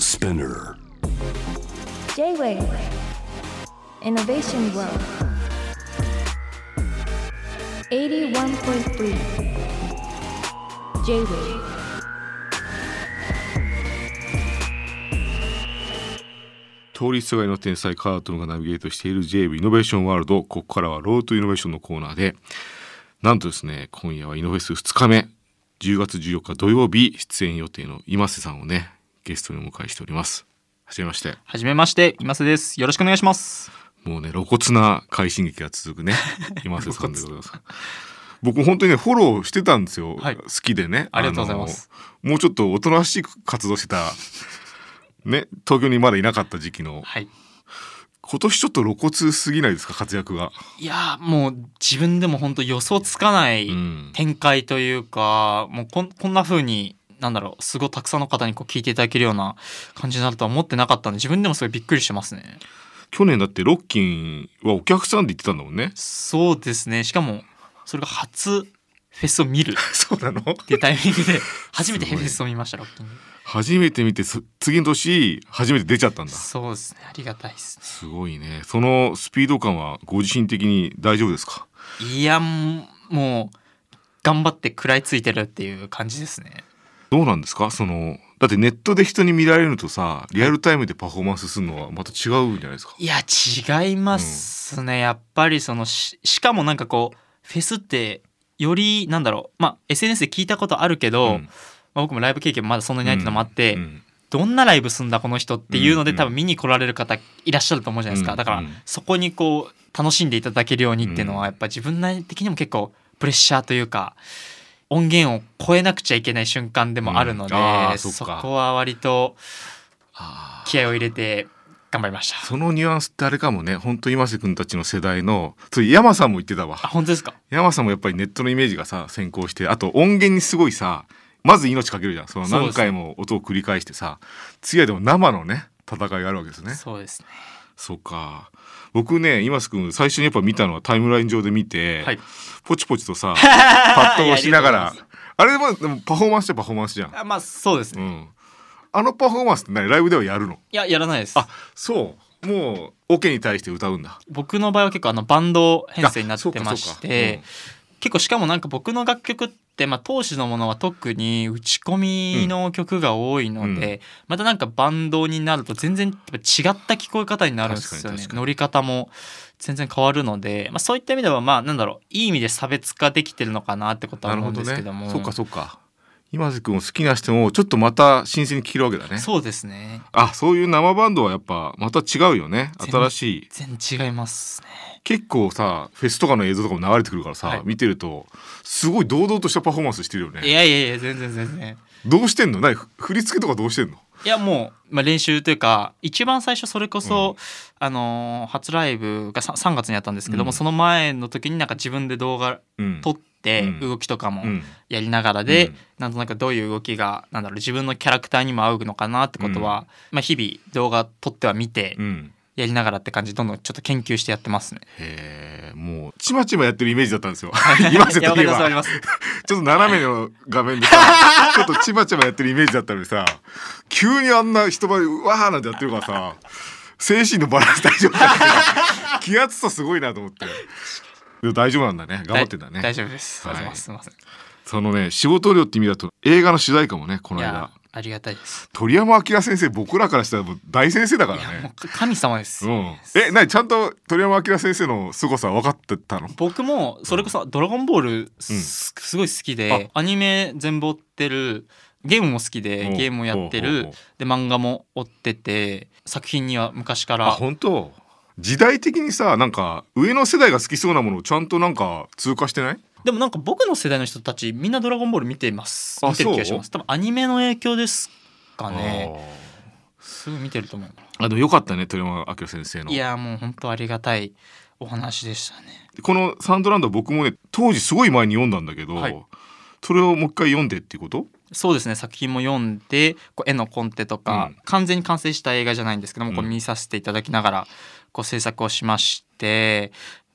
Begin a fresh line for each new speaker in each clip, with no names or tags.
Spinner.
J-Wave Innovation World 81.3 J-Wave
通りすがりの天才カートンがナビゲートしている JB イノベーションワールドここからはロートイノベーションのコーナーでなんとですね今夜はイノフェス2日目10月14日土曜日出演予定の今瀬さんをねゲストにお迎えしておりますはじめまして
はじめまして、今瀬です。よろしくお願いします。
もうね露骨な快進撃が続 くね今瀬さんでございます僕本当にねフォローしてたんですよ、
はい
好きでね
ありがとうございます
あのもうちょっとおとなしく活動してたね東京にまだいなかった時期の
はい。
今年ちょっと露骨すぎないですか活躍が、
いやー、もう自分でも本当予想つかな
う
い
ん、
展開というか、もうこんこんな風に、なんだろう、すごいたくさんの方にこう聞いていただけるような感じになるとは思ってなかったんで、自分でもすごいびっくりしてますね。
去年だってロッキンはお客さんで行ってたんだもんね
そうですね。しかも、それが初フェスを見るっ
そうなの
ていうタイミングで、 初めて
す
フ
ごい
ェスを見ました、ロッキング。
初めて見てそ次の年初めて出ちゃったんだ
そうですね。ありがたいですね。
すごいねそのスピード感はご自身的に大丈夫ですか
いや、もう、頑張って食らいついてるっていう感じですね。
どうなんですかそのだってネットで人に見られるのとさリアルタイムでパフォーマンスするのはまた違うんじゃないですか
いや違いますね、やっぱりそのししかもなんかこうフェスってよりなんだろうまあ SNS で聞いたことあるけど、
うん
まあ、僕もライブ経験まだそんなにないっていうのもあって、
うん
どんなライブすんだこの人っていうので、
うん
多分見に来られる方いらっしゃると思うじゃないですか、
うん
だから、
うん
そこにこう楽しんでいただけるようにっていうの
うん
はやっぱ自分なり的にも結構プレッシャーというか音源を超えなくちゃいけない瞬間でもあるので、
うんあーそ
そ
っか
こは割と
あー
気合を入れて頑張りました。
そのニュアンスってあれかもね本当今瀬君たちの世代のそれ山さんも言ってたわ
あ本当ですか
山さんもやっぱりネットのイメージがさ先行してあと音源にすごいさまず命かけるじゃんその
そう
何
です
回も音を繰り返してさ通夜でも生のね戦いがあるわけですね
そうですね。
そっか僕ね今すくん最初にやっぱ見たのはタイムライン上で見て、
はい
ポチポチ とさパッドをしなが
いやあ
ら
りがとうござい
あれでもでもパフォーマンスじゃパフォーマンスじゃん、
あまあそうです
う
ね。
ん、あのパフォーマンスって何ライブではやるの
いややらないです。
あそうもうオケに対して歌うんだ
僕の場合は結構あのバンド編成にな
あそ
っ
うか
て
そうか
まして、結構しかもなんか僕の楽曲ってまあ当時のものは特に打ち込みの曲が多いので、
うんうん
またなんかバンドになると全然やっぱ違った聞こえ方になるんです
確か
よ
に
ね
確。かに
乗り方も全然変わるので、まあそういった意味ではまあなんだろういい意味で差別化できてるのかなってことは
なる
思う
ほ
ん
ど
ですけ
ね
ども、
そっかそっか今瀬くんを好きな人もちょっとまた新鮮に聴けるわけだね
そうですね。
あそういう生バンドはやっぱまた違うよね
全
新しい
全然違いますね。
結構さフェスとかの映像とかも流れてくるからさ、
はい
見てるとすごい堂々としたパフォーマンスしてるよ
い
ね
やいやいや全然全然。
どうしてんの何ふ振り付けとかどうしてんの
いやもう、まあ、練習というか一番最初それこそ、あのー初ライブが 3, 月にあったんですけども、
うん
その前の時になんか自分で動画
うん
撮って、
うん
動きとかも
うん
やりながらで、
うん
なんとなくどういう動きがなんだろう自分のキャラクターにも合うのかなってことは、まあ、日々動画撮っては見て、
うん
やりながらって感じでどんどんちょっと研究してやってますね。
へえもうちまちまやってるイメージだったんですよ 今瀬
いや
と
わ か
いえ
りますわかり
ば
ます。
ちょっと斜めの画面でさ ちょっとちまちまやってるイメージだったのにさ急にあんな人前でうわーなんてやってるからさ精神のバランス大丈夫だ って気圧差すごいなと思ってでも大丈夫なんだね頑張ってんだね
大丈夫です。
はい
ありがとうございます。すみません。
そのね仕事量って意味だと映画の主題歌もねこの
い
間
やありがたいです。
鳥山明先生僕らからしたらもう大先生だから
もう
ね。
神様です。
うん、えなにちゃんと鳥山明先生の凄さ分かってたの
僕もそれこそ「ドラゴンボールす」すごい好きで、アニメ全部追ってるゲームも好きで
うん
ゲームもやって
ほうほう
る
ほう
で漫画も追ってて作品には昔か
あ
ら
本当時代的にさなんか上の世代が好きそうなものをちゃんとなんか通過してない
でもなんか僕の世代の人たちみんな「ドラゴンボール」見てます
あ
見てる気がし
そう
ます多分アニメの影響ですかねすぐ見てると思う
あーあでもよかったね鳥山明先生の
いやもう本当ありがたいお話でしたね
この「サウンドランド」僕もね当時すごい前に読んだんだけど、
はい
それをもう一回読んでっていうこと
そうですね作品も読んでこう絵のコンテとか、
う
完全に完成した映画じゃないんですけども、こ
う
うん見させていただきながらこう制作をしまして、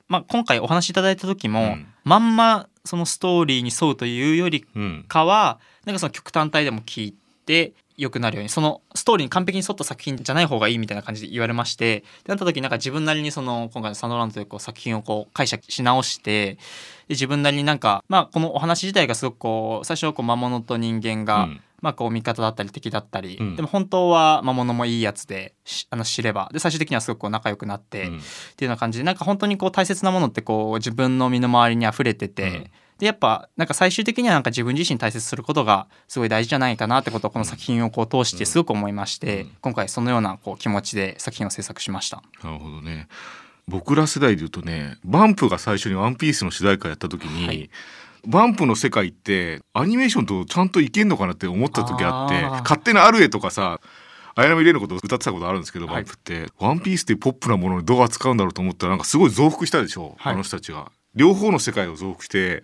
まあ、今回お話しいただいた時も、
うん
まんまそのストーリーに沿うというより
うん
かはなんかその曲単体でも聞いって良くなるようにそのストーリーに完璧に沿った作品じゃない方がいいみたいな感じで言われましてでなった時になんか自分なりにその今回の「サノランド」というこう作品をこう解釈し直してで自分なりになんか、まあ、このお話自体がすごくこう最初はこう魔物と人間が、
うん
まあ、こう味方だったり敵だったり、
うん
でも本当は魔物もいいやつでしあの知ればで最終的にはすごくこう仲良くなって、
うん
っていうような感じでなんか本当にこう大切なものってこう自分の身の回りに溢れてて、
うん
でやっぱなんか最終的にはなんか自分自身に大切にすることがすごい大事じゃないかなってことをこの作品をこう通してすごく思いまして、
うん
今回そのようなこう気持ちで作品を制作しました。
なるほどね僕ら世代で言うとねバンプが最初に「ワンピースの主題歌やった時に、
はい
バンプの世界ってアニメーションとちゃんといけんのかなって思った時あって
あー
勝手な「アルエ」とかさ綾波レイのこと歌ってたことあるんですけど、
はい
バンプって「ワンピースっていうポップなものにどう扱うんだろうと思ったらなんかすごい増幅したでしょ、
はい
あの人たちが。両方の世界を増幅して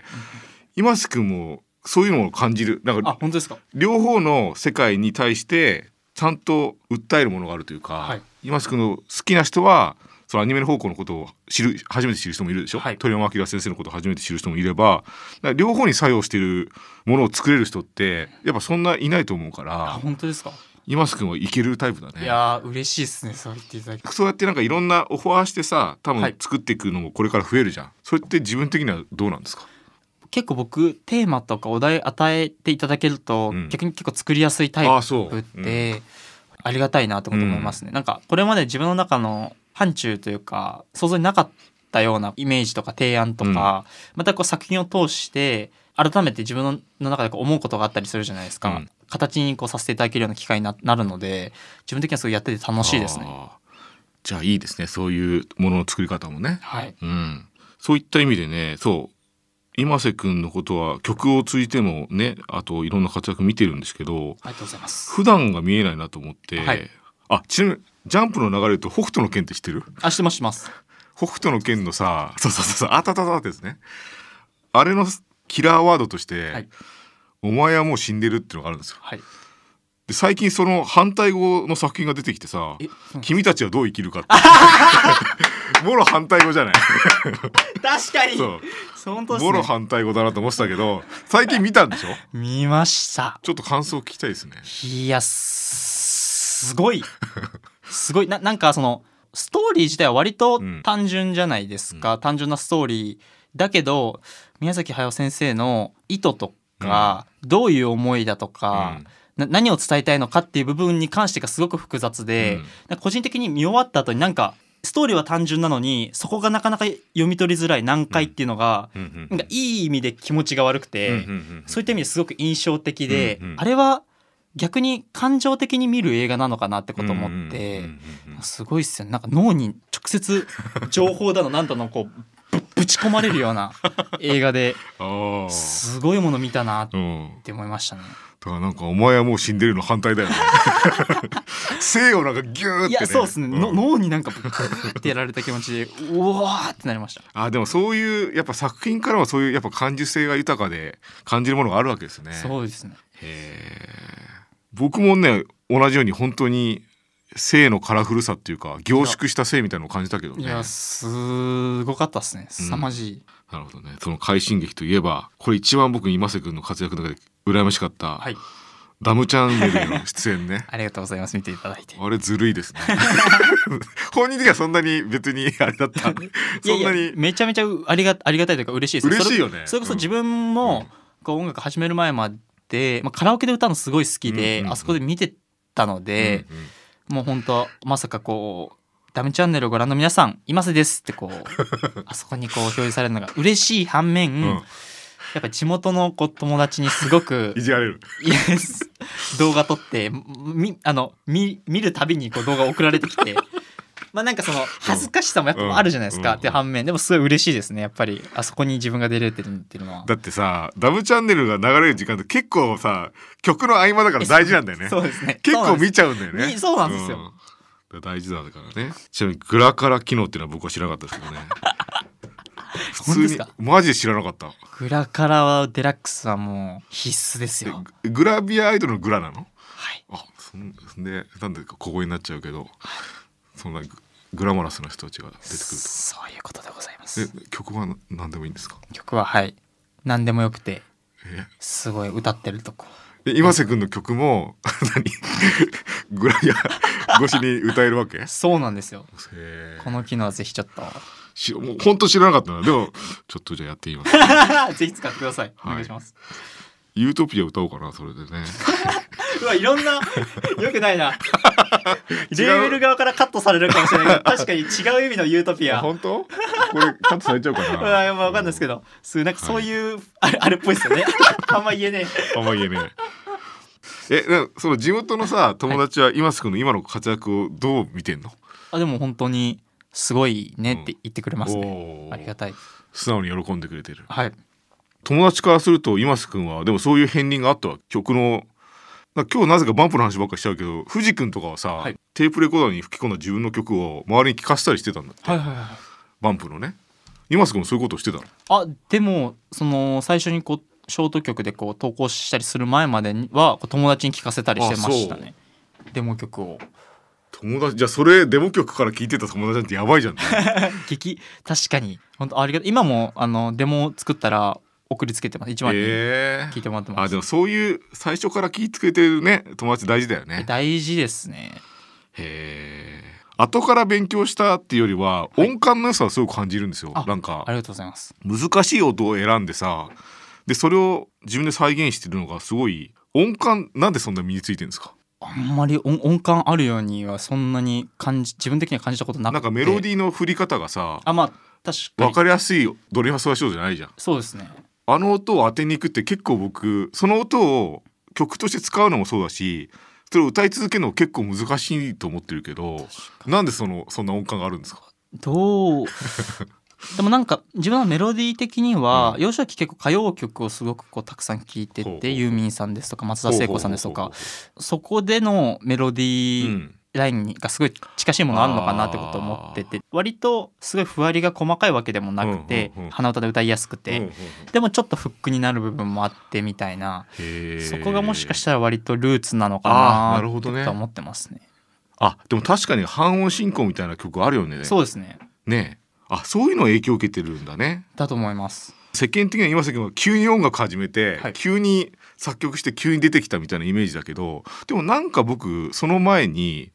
今すくんもそういうのを感じるなん
あ
か
本当ですか。
両方の世界に対してちゃんと訴えるものがあるというか、
はい
今すくの好きな人はそのアニメの方向のことを知る初めて知る人もいるでしょ、
はい
鳥山明先生のことを初めて知る人もいればだから両方に作用しているものを作れる人ってやっぱそんないないと思うか
あ
ら
本当ですか。
今すくはいけるタイプだね。
いやー嬉しいですねそう言っていただき。
そうやってなんかいろんなオファーしてさ多
は
分
い
作っていくのもこれから増えるじゃん、それって自分的にはどうなんですか
結構僕テーマとかお題与えていただけると、
うん
逆に結構作りやすいタイプ
あそう、
ぶって、ありがたいなと思いますね、なんかこれまで自分の中の範疇というか想像になかったようなイメージとか提案とか、
うん
またこう作品を通して改めて自分の中でこう思うことがあったりするじゃないですか、
うん
形にこうさせていただけるような機会にななるので自分的にはすごいやってて楽しいですね。
あーじゃあいいですねそういうものの作り方もね
はい、
うん、そういった意味でねそう今瀬君のことは曲を通じてもねあといろんな活躍見てるんですけど
ありがとうございます。
普段が見えないなと思って、
はい
あちなみにジャンプの流れと北斗の拳って知ってる
あ、してますしてます。
北斗の拳のさそうそうそうそうあたたたってですねあれのキラーワードとして、
はい
お前はもう死んでるっていうのがあるんですよ
はい。
で最近その反対語の作品が出てきてさ
え、
「君たちはどう生きるか」 ってもろ反対語じゃない
確かに。
そう
本当
ボロ反対語だなと思ってたけど最近見たんでしょ
見ました。
ちょっと感想聞きたいですね
いやすすごいすごいななんかそのストーリー自体は割と
うん
単純じゃないですか、単純なストーリーだけど宮崎駿先生の意図とか、どういう思いだとか、な何を伝えたいのかっていう部分に関してがすごく複雑で、
うん
なんか個人的に見終わった後になんかストーリーは単純なのにそこがなかなか読み取りづらい難解っていうのが、
うんう
な
ん
んかいい意味で気持ちが悪くて。
うんうん
そういった意味ですごく印象的で、
うんうん
あれは逆に感情的に見る映画なのかなってことを思っ
う
て
んうんうんうん
すごいっすよねなんか脳に直 接情報だのなんだのこうぶぶち込まれるような映画で
あー
すごいもの見たなっ
うん
て思いましたね。
だからなんか「お前はもう死んでる」の反対 だよね西洋なんかギューって、ね、
いやそうですね、の
ん
脳になんかグーってやられた気持ちでうわーってなりました。
あでもそういうやっぱ作品からはそういうやっぱ感受性が豊かで感じるものがあるわけですね
そうですね
へー僕もね同じように本当に性のカラフルさっていうか凝縮した性みたいなのを感じたけどね
いやすごかったっすね凄まじい、
なるほどね。その快進撃といえば、これ一番僕今瀬君の活躍の中で羨ましかった、
はい。
ダムチャンネルの出演ね
ありがとうございます見ていただいて
あれずるいです ね。本人的にはそんなに別にあれだった。
いや
そ
い
ん
や
なに。
めちゃめちゃありがありがたいというか嬉しいです
嬉しいよね
それそれこそ
うん
自分もこう音楽始める前まで、まあ、カラオケで歌うのすごい好きで、
うんうんうん
あそこで見てたので、
うんうん
もう本当まさかこう「ダメチャンネル」をご覧の皆さん「今瀬です」ってこ うあそこにこう表示されるのが嬉しい反面、
ん
やっぱ地元のこう友達にすごく
いじられる。
イエス動画撮ってみあの見見るたびにこう動画送られてきて まあなんかその恥ずかしさもやっぱあるじゃないですか、
うんうん
って反面でもすごい嬉しいですねやっぱりあそこに自分が出れてるっていうのは。
だってさ、ダムチャンネルが流れる時間って結構さ、曲の合間だから大事なんだよ ね。
そうですね
結構
ち
見ちゃうんだよね。
そうなんですよ
んだから大事なんだからね。ちなみにグラカラ機能っていうのは僕は知らなかったですけどね。
本当ですか
マジで知らなかった。
グラカラはデラックスはもう必須ですよ。
えグラビアアイドルのグラなの？
はい、
あそんそんでなんでかここになっちゃうけどそんなググラマラスな人たちが出てく
そういうことでございます。
るとえ曲は何でもいいんですか
曲ははい何でもよくて
え
すごい歌ってるとこう
で今瀬君の曲も 何グラビア越しに歌えるわけへ
そうなんですよ
え
この機能はぜひちょっ と
しもう本当知らなかったなでもちょっとじゃあやって みます
ぜひ使ってくださいお
はい
願いします、
ユートピア歌おうかなそれでね
うわいろんなよくないな
違
レ
う
ーベル側からカットされるかもしれ ないけど確かに違う意味のユートピ
あ
ア
本当これカットされちゃうか
うわ
な
やっぱわかんないですけどそうなんか
はい
そういう、あれあれっぽいですよ ねあんま言えね
あんま言えねええなその地元のさ友達は今瀬君の今の活躍をどう見てんの、
えあでも本当にすごいねって言ってくれますね、
おー
ありがたい
素直に喜んでくれてる
はい
友達からすると今瀬君はでもそういう片鱗があったわ曲のなんか今日なぜかバンプの話ばっかりしちゃうけど藤君とかはさ、
はい
テープレコーダーに吹き込んだ自分の曲を周りに聞かせたりしてたんだって
はいはいはい
バンプのね今瀬君もそういうことをしてたの
あでもその最初にこうショート曲でこう投稿したりする前までにはこう友達に聴かせたりしてましたねデモ曲を
友達じゃあそれデモ曲から聞いてた友達なんてやばいじゃん、ね、
激確かに本当ありがたい今もあのデモを作ったら送りつけて ます一番に聞
え
いてもらってま
あ
す、
でもそういう最初から聞いてくれてるね友達大事だよね
大事ですね
へえ後から勉強したっていうよりは音感の良さをすごく感じるんですよ、
あ
なんか
ありがとうございます
難しい音を選んでさでそれを自分で再現してるのがすごい音感なんでそんな身についてるんですか
あんまり音音感あるようにはそんなに感じ自分的には感じたことなくて
なんかメロデ
ィ
ィーの振り方がさ
あまあ確か
分
に
かりやすいドレミファソラシドじゃないじゃん
そうですね
あの音を当てに行くって結構僕その音を曲として使うのもそうだしそれを歌い続けるのも結構難しいと思ってるけどなんでそのそんな音感があるんですか
どうでもなんか自分はメロディー的には、
うん
幼少期結構歌謡曲をすごくこうたくさん聴いて
ほうほうほ
て
う
ユーミンさんですとか松田聖子さんですと
ほう
か
ほうほ
そこでのメロディ
うほうう
ー
ん
ラインにがすごい近しいものあるのかなってことを思ってて割とすごいふわりが細かいわけでもなくて、
うんうんうん
鼻歌で歌いやすくて、
うんうんうん
でもちょっとフックになる部分もあってみたいな
へ
そ
ー
こがもしかしたら割とルーツなのかなっ
あーな
て
るほどね
ことは思ってますね。
あでも確かに半音進行みたいな曲あるよね
そうですね
ねえあそういうの影響を受けてるんだね
だと思います。
世間的には今瀬君は急に音楽始めて、
はい
急に作曲して急に出てきたみたいなイメージだけどでもなんか僕その前に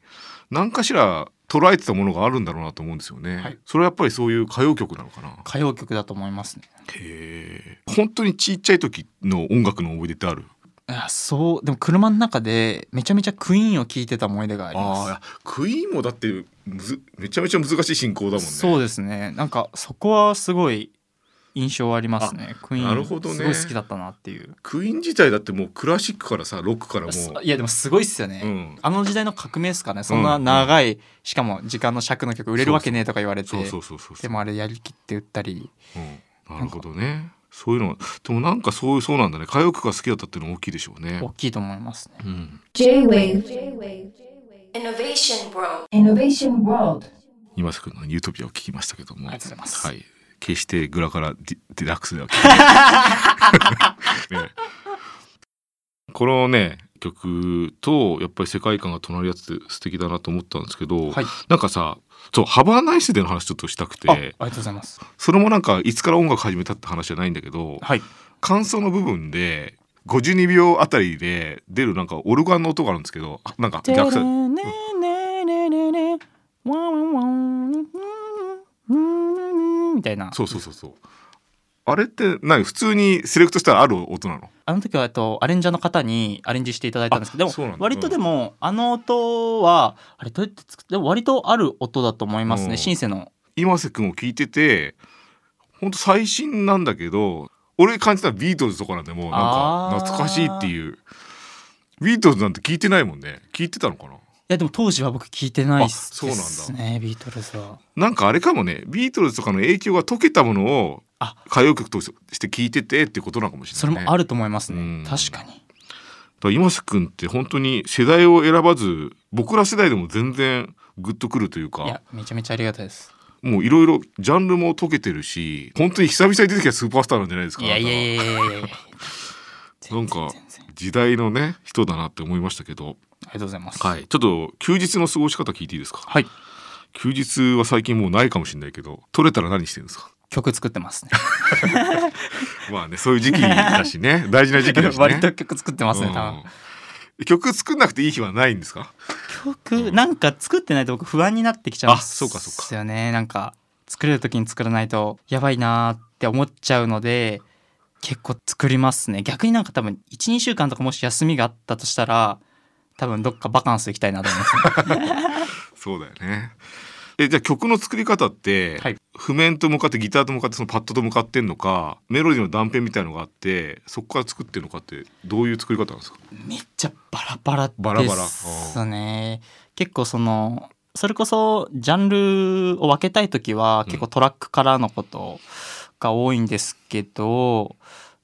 何かしら捉えてたものがあるんだろうなと思うんですよね、
はい
それはやっぱりそういう歌謡曲なのかな
歌謡曲だと思いますね。
へえ本当にちっちゃい時の音楽の思い出ってある
いやそうでも車の中でめちゃめちゃクイーンを聴いてた思い出があります
あークイーンもだってむずめちゃめちゃ難しい進行だもんね
そうですねなんかそこはすごい印象ありますねクイーン
なるほどね
すごい好きだったなっていう
クイーン自体だってもうクラシックからさロックからもう
すいやでもすごいっすよね、
うん
あの時代の革命っすかねそんな長い、しかも時間の尺の曲売れるわけねえとか言われて
そうそうそうそうそう
でもあれやりきって売ったり
うん、なるほどねそういうのでもなんかそういうそうなんだね歌謡曲が好きだったっていうのも大きいでしょうね
大、きいと思いますね
うん、
J-Wave.
Innovation World.
Innovation World.
今瀬君の「ユートピア」を聞きましたけども
ありがとうございます
はい、決してグラからディデラックスでは聞いてな いねこのね曲とやっぱり世界観が隣り合ってて素敵だなと思ったんですけど、
はい
なんかさそうハバーナイスデーの話ちょっとしたく
ああり
て
がとうございます
それもなんかいつから音楽始めたって話じゃないんだけど、
はい
感想の部分で52秒あたりで出るなんかオルガンの音があるんですけどあなんか逆さ
みたいな
そうそうそうそうあれって何普通にセレクトしたらある音なの
あの時はえっとアレンジャーの方にアレンジしていただいたんですけど
あそう
で
なん
も
だ
割とでもあの音はあれどうやって作ってでも割とある音だと思います
う
ね
ん
シンセの
今瀬君を聞いててほんと最新なんだけど俺感じたのはビートルズとかなんでもうなん
あー
か懐かしいっていうビートルズなんて聞いてないもんね聞いてたのかない
やでも当時は僕聞いてないっす
あそうなんだ
ですねビートルズは
なんかあれかもねビートルズとかの影響が解けたものを
あ
歌謡曲として聞いててってことなのかもしれ
そ
な
れ
い、ね、
もあると思いますね、
うん
確かに
だから今瀬君って本当に世代を選ばず僕ら世代でも全然グッとくるという
いや
か
めちゃめちゃありがたいです
もういろいろジャンルも解けてるし本当に久々に出てきたスーパースターなんじゃないですか
いやいやいやいやいやいや
なん
全然
か
全然
時代のね人だなって思いましたけど、
ありがとうございます
はい、ちょっと休日の過ごし方聞いていいですか
はい
休日は最近もうないかもしれないけど取れたら何してるんですか
曲作ってますね。
まあねそういう時期だ しね大事な時期だしね
割と曲作ってますね、多分。
うん曲作んなくていい日はないんですか
曲なんか作ってないと僕不安になってきちゃうん
あそうかそうか
ですよねなんか作れる時に作らないとやばいなーって思っちゃうので結構作りますね逆になんか多分12週間とかもし休みがあったとしたら多分どっかバカンス行きたいなと思います、ね、
そうだよねえじゃあ曲の作り方って、
はい
譜面と向かってギターと向かってそのパッドと向かってんのかメロディーの断片みたいのがあってそこから作ってるのかってどういう作り方なんですか
めっちゃバラバラですね
バラバラ
結構そのそれこそジャンルを分けたい時は結構トラックからのことが多いんですけど、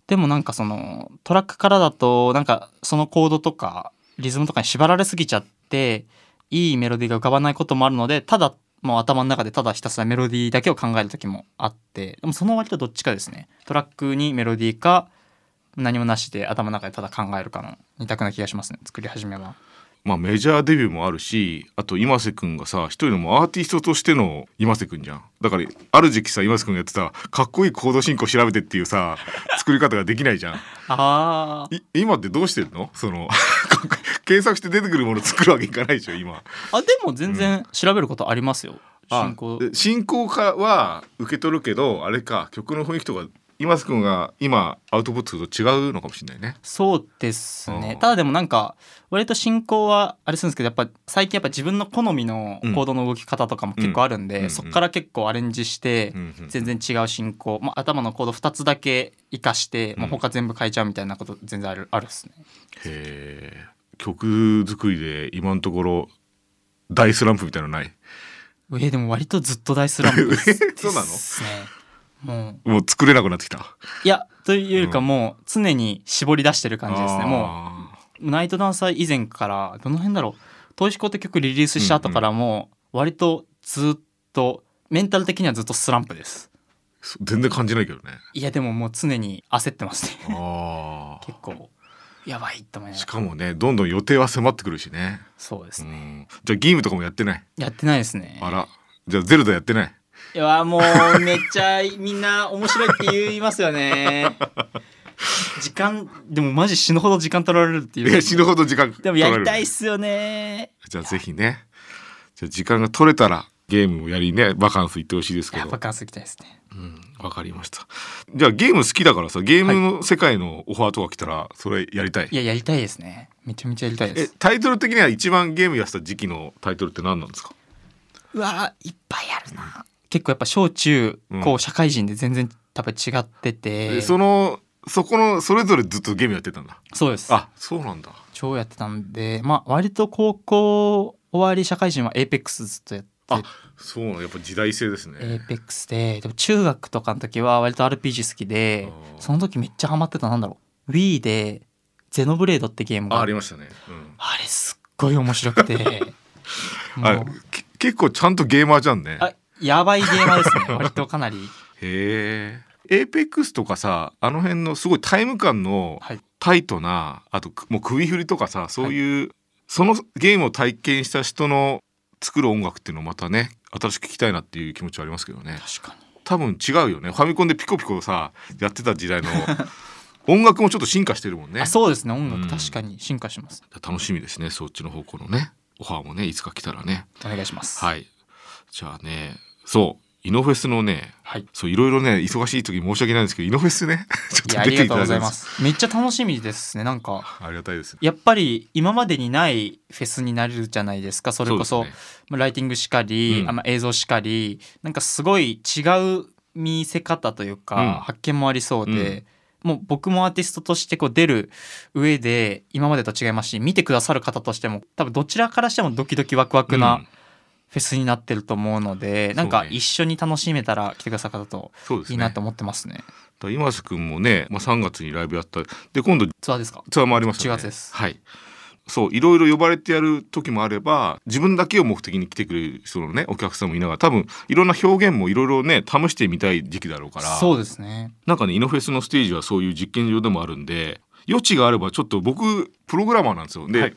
でもなんかそのトラックからだとなんかそのコードとかリズムとかに縛られすぎちゃっていいメロディーが浮かばないこともあるのでただもう頭の中でただひたすらメロディーだけを考える時もあってでもその割とどっちかですねトラックにメロディーか何もなしで頭の中でただ考えるかの二択な気がしますね作り始めは
まあメジャーデビューもあるしあと今瀬くんがさ一人のもうアーティストとしての今瀬くんじゃんだからある時期さ今瀬くんがやってたかっこいいコード進行調べてっていうさ作り方ができないじゃん
あー
い今ってどうしてんのその 検索して出てくるもの作るわけいかないでしょ今
あでも全然調べることありますよ、進行
で進行からは受け取るけどあれか曲の雰囲気とか今瀬くんが今アウトプットすると違うのかもしれないね
そうですね
うん
ただでもなんか割と進行はあれするんですけどやっぱ最近やっぱ自分の好みの行動の動き方とかも結構あるんで、
うんうん
そこから結構アレンジして
うんうん
全然違う進行、まあ、頭のコード2つだけ生かして、もう
うん
他全部変えちゃうみたいなこと全然あるあるっすね
へえ曲作りで今のところ大スランプみたいなのない
えーでも割とずっと大スランプです
えそうなの
ですねもう
もう作れなくなってきた
いやというよりかもう常に絞り出してる感じですね、も
あ
うナイトダンサー以前からどの辺だろう東彦って曲リリースした後からもう割とずっとメンタル的にはずっとスランプです
ーそ全然感じないけどね
いやでももう常に焦ってますね
あ
結構やばいと思い
ー
なが
し
ら
かもねどんどん予定は迫ってくるしね、
そうです
う
ね、
ん、じゃあゲームとかもやってない
やってないですね
あらじゃあゼルダやってない
いやもうめっちゃみんな面白いって言いますよね時間でもマジ死ぬほど時間取られるって
い
いう
や死ぬほど時間
でもやりたいっ
取
すよね
られるじゃあぜひねじゃあ時間が取れたらゲームをやりねバカンス行ってほしいですけ
やっ
ど
ぱ感想行きたいですね
うんわかりましたじゃあゲーム好きだからさゲームの世界のオファーとか来たらそれやりたい、
いや、やりたいですね。めちゃめちゃやりたいで
え
す。
タイトル的には一番ゲームやってた時期のタイトルって何なんですか
うわーいっぱいあるな。結構やっぱ小中
うん
高社会人で全然多分違ってて、
そのそこのそれぞれずっとゲームやってたんだ
そうです。
あそうなんだ
超やってたんで、まあ割と高校終わり社会人はエイペックスずっとやって。
あそうなんやっぱ時代性ですね、
エイペックスででも中学とかの時は割と RPG 好きで
あー
その時めっちゃハマってたなんだろう Wii で「ゼノブレード」ってゲームが
あ
あ
ありましたね、うん
あれすっごい面白 くても
あ
う
け結構ちゃんとゲーマーじゃんね
あやばいゲーマーですね割とかなり
へえエーペックスとかさあの辺のすごいタイム感の
はい
タイトなあとくもう首振りとかさそういう、そのゲームを体験した人の作る音楽っていうのをまたね新しく聞きたいなっていう気持ちはありますけどね
確かに
多分違うよねファミコンでピコピコさやってた 時代の音楽もちょっと進化してるもんね
あそうですね音
うん
楽確かに進化します、
楽しみですねそっちの方向のねオファーもねいつか来たらね
お願いしますい、
はいじゃあねそうイノフェスのね
はい、
そういろいろね忙しい時に申し訳ないんですけどイノフェスね ち
い
ょ
や
っ
あ
と出
り
て
が
い
と
た
うご
だいて
ざい
ま
ますすめっちゃ楽しみですねなんか
ありがたいです
やっぱり今までにないフェスになるじゃないですかそれこそ
うですね
まあライティングしかり、
うん
あまあ映像しかりなんかすごい違う見せ方というか、
うん
発見もありそうで、もう僕もアーティストとしてこう出る上で今までと違いますし見てくださる方としても多分どちらからしてもドキドキワクワク
う
なんフェスになってると思うので、なん
そう
か
ね
一緒に楽しめたら来てくださる方と
そうです
い
ね
いなと思ってますね
だから今瀬くんもね、まあ、3月にライブやったで今度
ツアーですか
ツアーもありますよね
4月です
はいそういろいろ呼ばれてやる時もあれば自分だけを目的に来てくれる人のねお客さんもいながら多分いろんな表現もいろいろね試してみたい時期だろうから
そうですね
なんかねイノフェスのステージはそういう実験場でもあるんで余地があればちょっと僕プログラマーなんですよで、
はい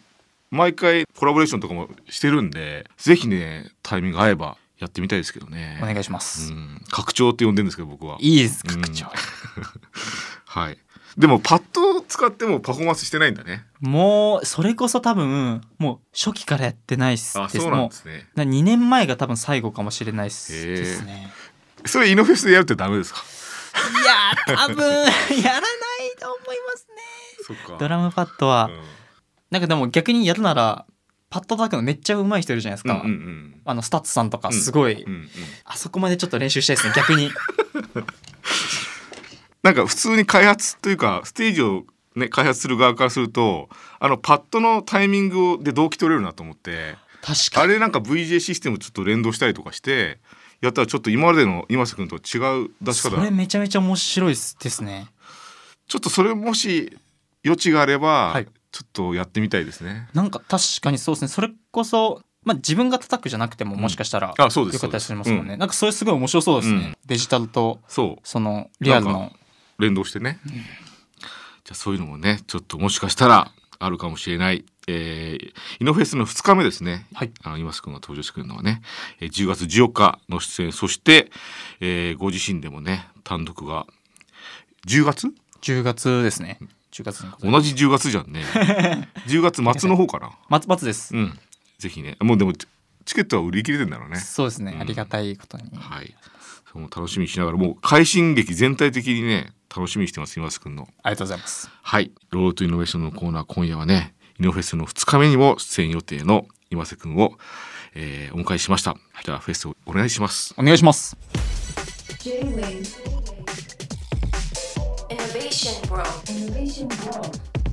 毎回コラボレーションとかもしてるんでぜひねタイミング合えばやってみたいですけどね。
お願いします。
うん、拡張って呼んでるんですけど僕は。
いいです、拡張。
はい。でもパッドを使ってもパフォーマンスしてないんだね。
もう、それこそ多分、もう初期からやってないっす。
あ、
です
そうなん
も
ですね。
うな2年前が多分最後かもしれないっす
へー
ですね。
それイノフェスでやるってダメ ですか。
いやー、多分、 やらないと思いますね。
そっか。
ドラムパッドは、なんかでも逆にやるなら、パッド叩くのめっちゃ上手い人いるじゃないです
うん、
か。
うんうん
あの、スタッツさんとか、すごい、
うんうん。
あそこまでちょっと練習したいですね、逆 に。
なんか普通に開発というかステージをね開発する側からするとあのパッドのタイミングをで動機取れるなと思って
確か
あ
に。
れなんか VJ システムちょっと連動したりとかしてやったらちょっと今までの今瀬君と違う出し
そ
方
れめちゃめちゃ面白いっすですね。
ちょっとそれもし余地があれば、
はい
ちょっとやってみたいですね。
なんか確かにそうですねそれこそ、まあ、自分が叩くじゃなくてももしかしたら
あそうです
よかったりします
そう
も
です
んね、なんかそれすごい面白そうですね、
うん
デジタルと
そ
そのリアル
なん
の
う連動してね、じゃあそういうのもねちょっともしかしたらあるかもしれない、えー、イノフェスの2日目ですね、
はい
あの今須君が登場してくるのはね、えー10月14日の出演そして、えーご自身でもね単独が10月
10月ですね10月に
同じ10月じゃんね 10月末の方かな
松松です、
うんぜひねもうでもチチケットは売り切れてんだろうね
そうですね、
うん
ありがたいことに、
はいその楽しみにしながらもう快進撃全体的にね楽しみにしてます今須君の
ありがとうございます
はい。ロードトゥイノベーションのコーナー、今夜はね、イノフェスの2日目にも出演予定の今瀬くんを、えーお迎えしました。じゃあ、フェスをお願いします。
お願いします
J-Wave
Innovation World.
Innovation World.